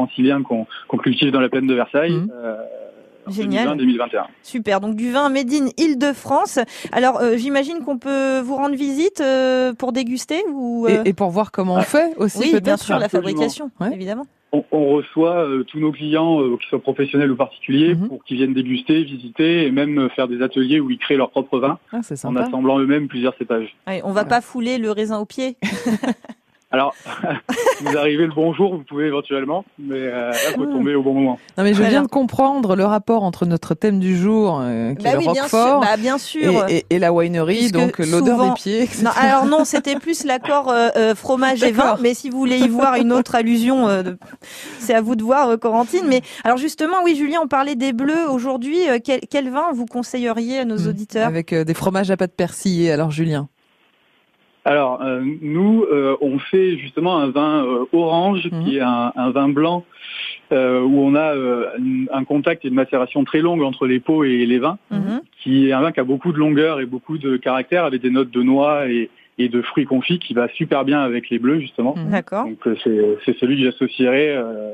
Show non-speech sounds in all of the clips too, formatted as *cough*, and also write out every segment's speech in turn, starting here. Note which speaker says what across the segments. Speaker 1: francilien qu'on qu'on cultive dans la plaine de Versailles.
Speaker 2: Mmh.
Speaker 3: Mhm.
Speaker 1: euh, en
Speaker 3: Génial.
Speaker 1: 2020, 2021.
Speaker 3: Super, donc du vin made in Île-de-France. Alors euh, j'imagine qu'on peut vous rendre visite euh, pour déguster ou euh,
Speaker 2: Et, et pour voir comment on fait aussi,
Speaker 3: oui,
Speaker 2: peut-être.
Speaker 3: bien sûr, la
Speaker 1: Absolument.
Speaker 3: fabrication,
Speaker 2: Ouais.
Speaker 3: évidemment.
Speaker 1: On, on reçoit euh, tous nos clients, euh, qu'ils soient professionnels ou particuliers,
Speaker 2: Mhm.
Speaker 1: pour qu'ils viennent déguster, visiter et même euh, faire des ateliers où ils créent leur propre vin
Speaker 2: Ah, c'est
Speaker 1: en
Speaker 2: sympa.
Speaker 1: assemblant eux-mêmes plusieurs
Speaker 2: *laughs*
Speaker 1: cépages.
Speaker 3: Allez, on va
Speaker 2: Voilà.
Speaker 3: pas fouler le raisin au pied.
Speaker 1: Alors, si vous arrivez le bonjour, vous pouvez éventuellement, mais euh, là, faut
Speaker 2: Ah.
Speaker 1: tomber au bon moment.
Speaker 2: Non, mais je
Speaker 3: Voilà.
Speaker 2: viens de comprendre le rapport entre notre thème du jour, euh, qui est
Speaker 3: bah
Speaker 2: le
Speaker 3: oui, bien sûr.
Speaker 2: Roquefort,
Speaker 3: Bah, bien sûr.
Speaker 2: et, et- et la winerie,
Speaker 3: Puisque
Speaker 2: donc l'odeur
Speaker 3: souvent-
Speaker 2: des pieds. etc.
Speaker 3: Non, alors non, c'était plus l'accord euh, euh, fromage et vin,
Speaker 2: D'accord.
Speaker 3: mais si vous voulez y voir une autre allusion, euh, de- c'est à vous de voir, euh, Corentine. Mais alors justement, oui, Julien, on parlait des bleus aujourd'hui. Euh, quel, quel vin vous conseilleriez à nos
Speaker 2: Mmh.
Speaker 3: auditeurs
Speaker 2: Avec euh, des fromages à pâte persillée, alors Julien.
Speaker 1: Alors, euh, nous, euh, on fait justement un vin euh, orange,
Speaker 2: Mhm.
Speaker 1: qui est un, un vin blanc, euh, où on a euh, une- un contact et une macération très longue entre les peaux et les vins,
Speaker 3: Mhm.
Speaker 2: mmh.
Speaker 1: qui est un vin qui a beaucoup de longueur et beaucoup de caractère, avec des notes de noix et, et de fruits confits, qui va super bien avec les bleus, justement.
Speaker 2: Mhm.
Speaker 3: D'accord.
Speaker 1: Donc, euh, c'est c'est celui que j'associerais. euh,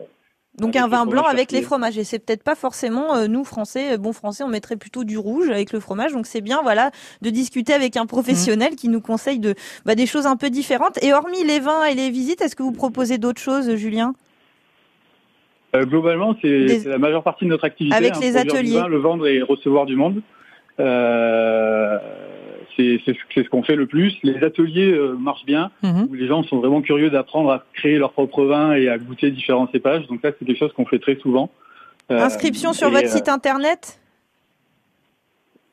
Speaker 3: Donc
Speaker 1: Avec
Speaker 3: un
Speaker 1: les
Speaker 3: vin blanc
Speaker 1: fromages
Speaker 3: avec les
Speaker 1: persillés.
Speaker 3: fromages. Et c'est peut-être pas forcément euh, nous français, euh, bon français, on mettrait plutôt du rouge avec le fromage. Donc c'est bien, voilà, de discuter avec un professionnel
Speaker 1: Mmh.
Speaker 3: qui nous conseille de bah, des choses un peu différentes. Et hormis les vins et les visites, est-ce que vous proposez d'autres choses, Julien
Speaker 1: euh, globalement, c'est
Speaker 3: Des-
Speaker 1: c'est la majeure partie de notre activité. hein,
Speaker 3: Avec les
Speaker 1: produire du
Speaker 3: ateliers.
Speaker 1: vin, le vendre et recevoir du monde. Euh, c'est c'est ce- c'est ce qu'on fait le plus. Les ateliers euh, marchent bien.
Speaker 2: Mhm.
Speaker 1: où les gens sont vraiment curieux d'apprendre à créer leur propre vin et à goûter différents cépages. Donc là, c'est quelque chose qu'on fait très souvent. Euh,
Speaker 3: Inscription sur
Speaker 1: et,
Speaker 3: votre
Speaker 1: euh,
Speaker 3: site internet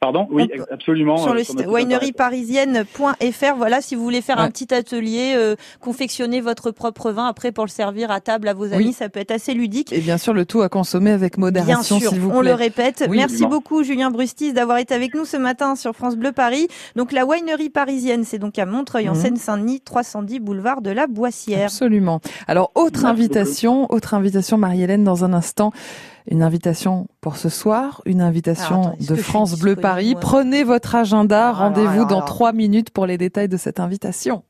Speaker 1: Pardon, oui,
Speaker 3: On peut-
Speaker 1: absolument.
Speaker 3: sur
Speaker 1: euh,
Speaker 3: le
Speaker 1: sur
Speaker 3: site
Speaker 1: notre site internet.
Speaker 3: winerieparisienne.fr. Voilà, si vous voulez faire un
Speaker 2: Ouais.
Speaker 3: petit atelier, euh, confectionner votre propre vin après pour le servir à table à vos amis, ça peut être assez ludique.
Speaker 2: Et bien sûr, le tout à consommer avec
Speaker 3: Bien
Speaker 2: modération,
Speaker 3: sûr,
Speaker 2: s'il vous
Speaker 3: on le
Speaker 2: plaît.
Speaker 3: répète.
Speaker 2: Oui,
Speaker 3: Merci
Speaker 1: évidemment.
Speaker 3: beaucoup Julien Brustis d'avoir été avec nous ce matin sur France Bleu Paris. Donc la winerie parisienne, c'est donc à Montreuil en
Speaker 2: Mhm.
Speaker 3: Seine-Saint-Denis, 310 boulevard de la Boissière.
Speaker 2: Absolument. Alors, autre
Speaker 1: Merci
Speaker 2: invitation, autre invitation, Marie-Hélène, dans un instant. Une invitation pour ce soir, une invitation
Speaker 3: Alors, Ah, attends, est-ce
Speaker 2: de
Speaker 3: que je suis
Speaker 2: France Bleu
Speaker 3: disponible,
Speaker 2: Paris.
Speaker 3: moi Ah,
Speaker 2: Prenez votre agenda,
Speaker 3: Alors, alors,
Speaker 2: rendez-vous
Speaker 3: alors,
Speaker 2: dans
Speaker 3: alors.
Speaker 2: trois minutes pour les détails de cette invitation.